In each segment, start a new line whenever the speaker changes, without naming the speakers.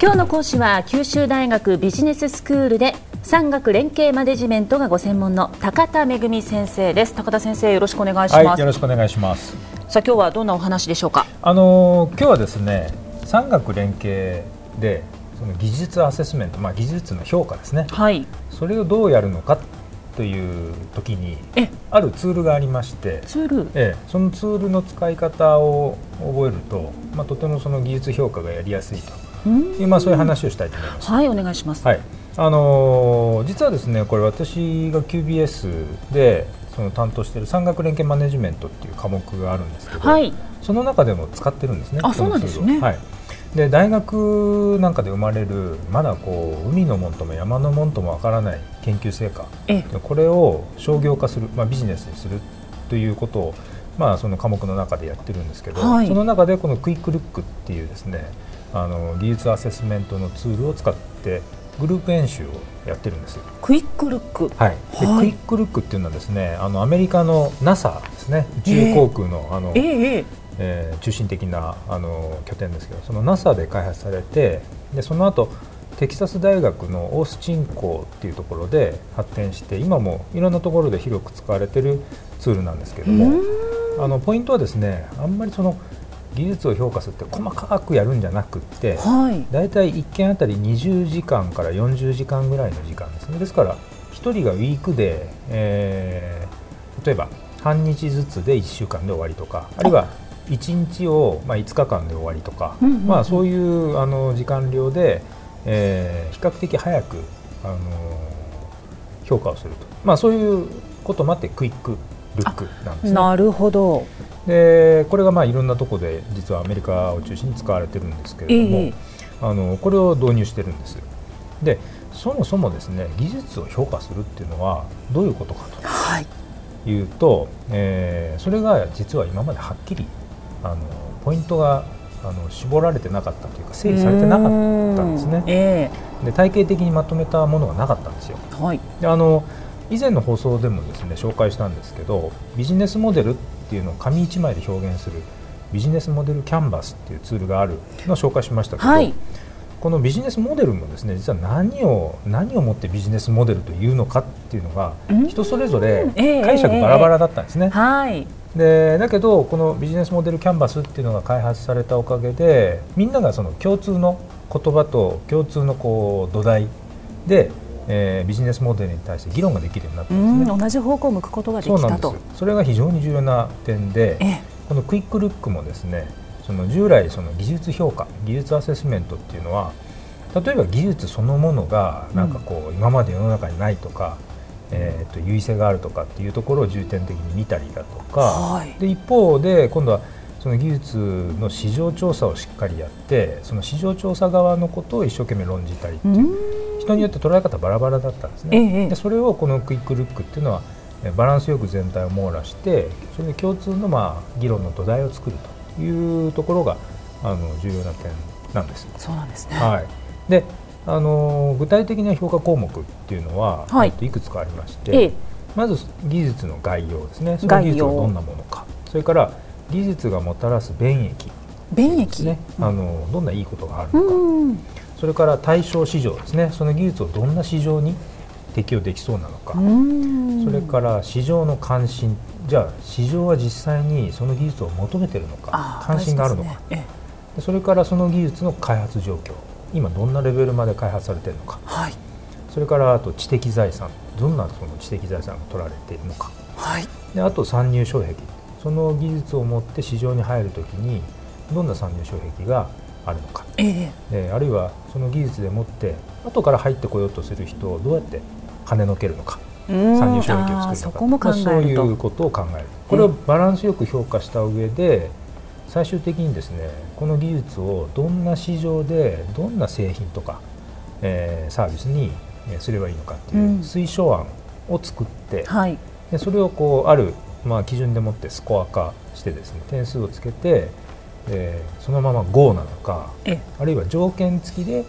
今日の講師は九州大学ビジネススクールで産学連携マネジメントがご専門の高田恵先生です高田先生よろしくお願いします、
はい、よろしくお願いします
さあ今日はどんなお話でしょうか
あの今日はですね産学連携でその技術アセスメントまあ技術の評価ですね
はい
それをどうやるのかという時に
え
あるツールがありまして
ツール
ええ、そのツールの使い方を覚えると、まあ、とてもその技術評価がやりやすいという、まあ、そういう話をしたいと思います。
はいお願いします、
はいあのー実はですねこれ私が QBS でその担当している産学連携マネジメントっていう科目があるんですけど、
はい
その中でも使ってるんですね。
あ
このツ
そうな
ールを
んですね
はいで大学なんかで生まれるまだこう海のもんとも山のもんともわからない研究成果
ええ
これを商業化する、まあ、ビジネスにするということを、まあ、その科目の中でやってるんですけど、
はい
その中でこのクイックルックっていうですねあの技術アセスメントのツールを使ってグループ演習をやってるんですよ。
クイックルック
はい、で
はい
クイックルックっていうのはですねあのアメリカの NASA ですね宇宙航空の,、あの
ええええ
えー中心的なあの拠点ですけどその NASA で開発されてでその後テキサス大学のオースチン校っていうところで発展して今もいろんなところで広く使われてるツールなんですけどもあのポイントはですねあんまりその技術を評価するって細かくやるんじゃなくって
はい
大体1件あたり20時間から40時間ぐらいの時間ですねですから1人がウィークで、えー例えば半日ずつで1週間で終わりとかあるいは1日を、まあ、5日間で終わりとか、
うんうんうん
まあ、そういうあの時間量で、えー比較的早く、あのー評価をすると、まあ、そういうこともあってクイックルックなんですね。
なるほど
でこれがまあいろんなところで実はアメリカを中心に使われてるんですけれども、
ええ
あのこれを導入してるんですでそもそもですね技術を評価するっていうのはどういうことか
はい
というと、えーそれが実は今まではっきりあのポイントがあの絞られてなかったというか整理されてなかったんです
うー
ね
え
で体系的にまとめたものがなかったんですよ
えはい
であの以前の放送でもですね紹介したんですけどビジネスモデルっていうのを紙1枚で表現するビジネスモデルキャンバスっていうツールがあるのを紹介しましたけど、
はい
このビジネスモデルもですね実は何を何をもってビジネスモデルというのかっていうのが
うん
人それぞれ
ええ
解釈バラバラだったんですね。
はい
でだけどこのビジネスモデルキャンバスっていうのが開発されたおかげでみんながその共通の言葉と共通のこう土台で、えービジネスモデルに対して議論ができるようになった
うん
です
ん
ね。
同じ方向を向くことがで
そう
き
な
た
んで
と
すそれが非常に重要な点で
ええ
このクイックルックもですねその従来その技術評価技術アセスメントっていうのは例えば技術そのものがなんかこう、今まで世の中にないとか、えーと優位性があるとかっていうところを重点的に見たりだとか、
はい
で一方で今度はその技術の市場調査をしっかりやってその市場調査側のことを一生懸命論じたりって
う
いうん人によって捉え方バラバラだったんですね、
ええ
でそれをこのクイックルックっていうのはえバランスよく全体を網羅してそれで共通のまあ議論の土台を作るというところがあの重要な点なんです。
そうなんですね
はい、であの具体的な評価項目っていうのは、
はい
えっといくつかありまして、
ええ
まず技術の概要ですねその
概
技
要
術がどんなものかそれから技術がもたらす便益で
便
す
益
ね、あのどんないいことがある
う
のか、
ん
それから対象市場ですねその技術をどんな市場に適用できそうなのか、
うん
それから市場の関心じゃあ市場は実際にその技術を求めてるのか
あ
関心があるのか、
大事ですねえ
でそれからその技術の開発状況今どんなレベルまで開発されてるのか
えはい
それからあと知的財産どんなその知的財産が取られているのか
はい
であと参入障壁その技術を持って市場に入るときにどんな参入障壁があるのか
ええ
であるいはその技術でもって後から入ってこようとする人をどうやって跳ねのけるのか
うん
参入障壁
あ
を
ー
作
そ
るの
こも
か、
考
まあそう
える
い
と、
うことを考えるこれをバランスよく評価した上で最終的にですねこの技術をどんな市場でどんな製品とか、えーサービスにえーすればいいのかっていう
うん
推奨案を作って、
はい
でそれをこうある、まあ、基準でもってスコア化してですね点数をつけて、えーそのまま GO なのか
ええ
あるいは条件付きで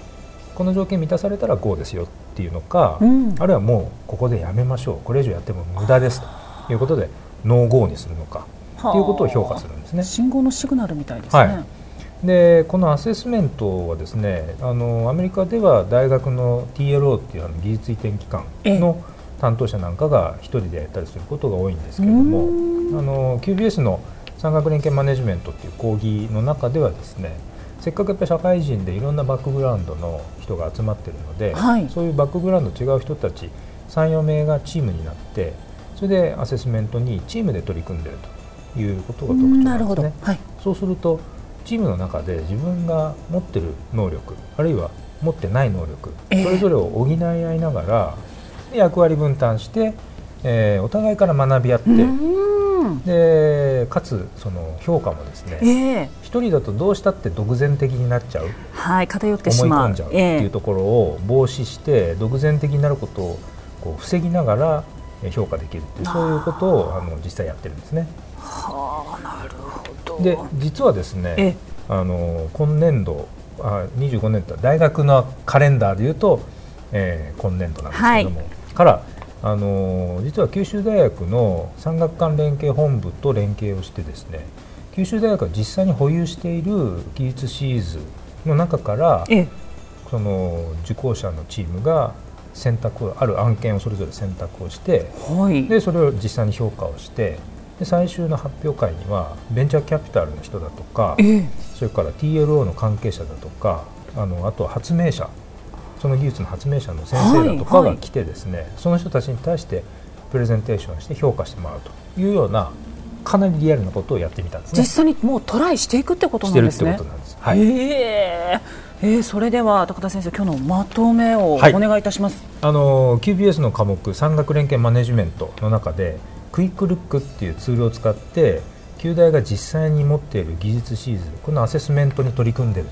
この条件満たされたら GO ですよっていうのか、
うん
あるいはもうここでやめましょうこれ以上やっても無駄ですということでノー GO にするのかということを評価するんですね。
信号のシグナルみたいですね、
はいでこのアセスメントはですねあのアメリカでは大学の TLO っていうあの技術移転機関の担当者なんかが一人でやったりすることが多いんですけれど
う
もあの QBS の産学連携マネジメントっていう講義の中ではですねせっかくやっぱ社会人でいろんなバックグラウンドの人が集まってるので、
はい
そういうバックグラウンド違う人たち34名がチームになってそれでアセスメントにチームで取り組んでるということが特徴なんですね。
なるほど、はい、
そうするとチームの中で自分が持ってる能力あるいは持ってない能力そ
ええ
れぞれを補い合いながらで役割分担して、えーお互いから学び合って
うーん
でかつその評価もですね
ええ
一人だとどうしたって独善的になっちゃう
はい偏ってし
思い
まう
込んじゃうっていうところを防止して独善的になることをこう防ぎながらえー評価できるっていうそういうことをあの実際やってるんですね。
えはあなるほど
で実はですね、
ええ
あの今年度あ25年と大学のカレンダーでいうと、えー今年度なんですけども、からあの実は九州大学の産学官連携本部と連携をしてですね九州大学が実際に保有している技術シリーズの中から
ええ
その受講者のチームが選択をある案件をそれぞれ選択をして
はい
でそれを実際に評価をしてで最終の発表会にはベンチャーキャピタルの人だとか
ええ
それから TLO の関係者だとかあのあとは発明者その技術の発明者の先生だとか
はいは
が
い
来てですね、その人たちに対してプレゼンテーションして評価してもらうというようなかなりリアルなことをやってみたんですね。
実際にもうトライしていくってこと
し
な
て
ん
る
で
っ
す
てこ
ね
と。なんです。はい
ええええそれでは高田先生今日のまとめをお
はい
願いいたします。
あの QBS の科目産学連携マネジメントの中でクイックルックっていうツールを使って九大が実際に持っている技術シリーズこのアセスメントに取り組んでいる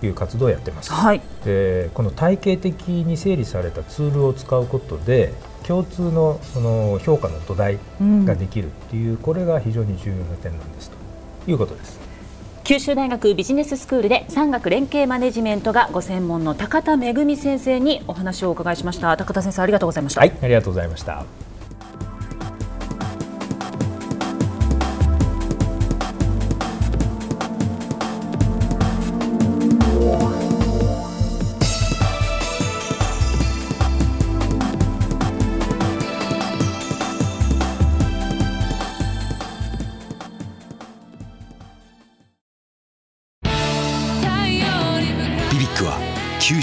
という活動をやってます
はい、
でこの体系的に整理されたツールを使うことで共通のその評価の土台
うん
ができるっていう、これが非常に重要な点なんですということです
九州大学ビジネススクールで産学連携マネジメントがご専門の高田恵先生にお話をお伺いしました高田先生ありがとうございました、
はいありがとうございました
ビビックは九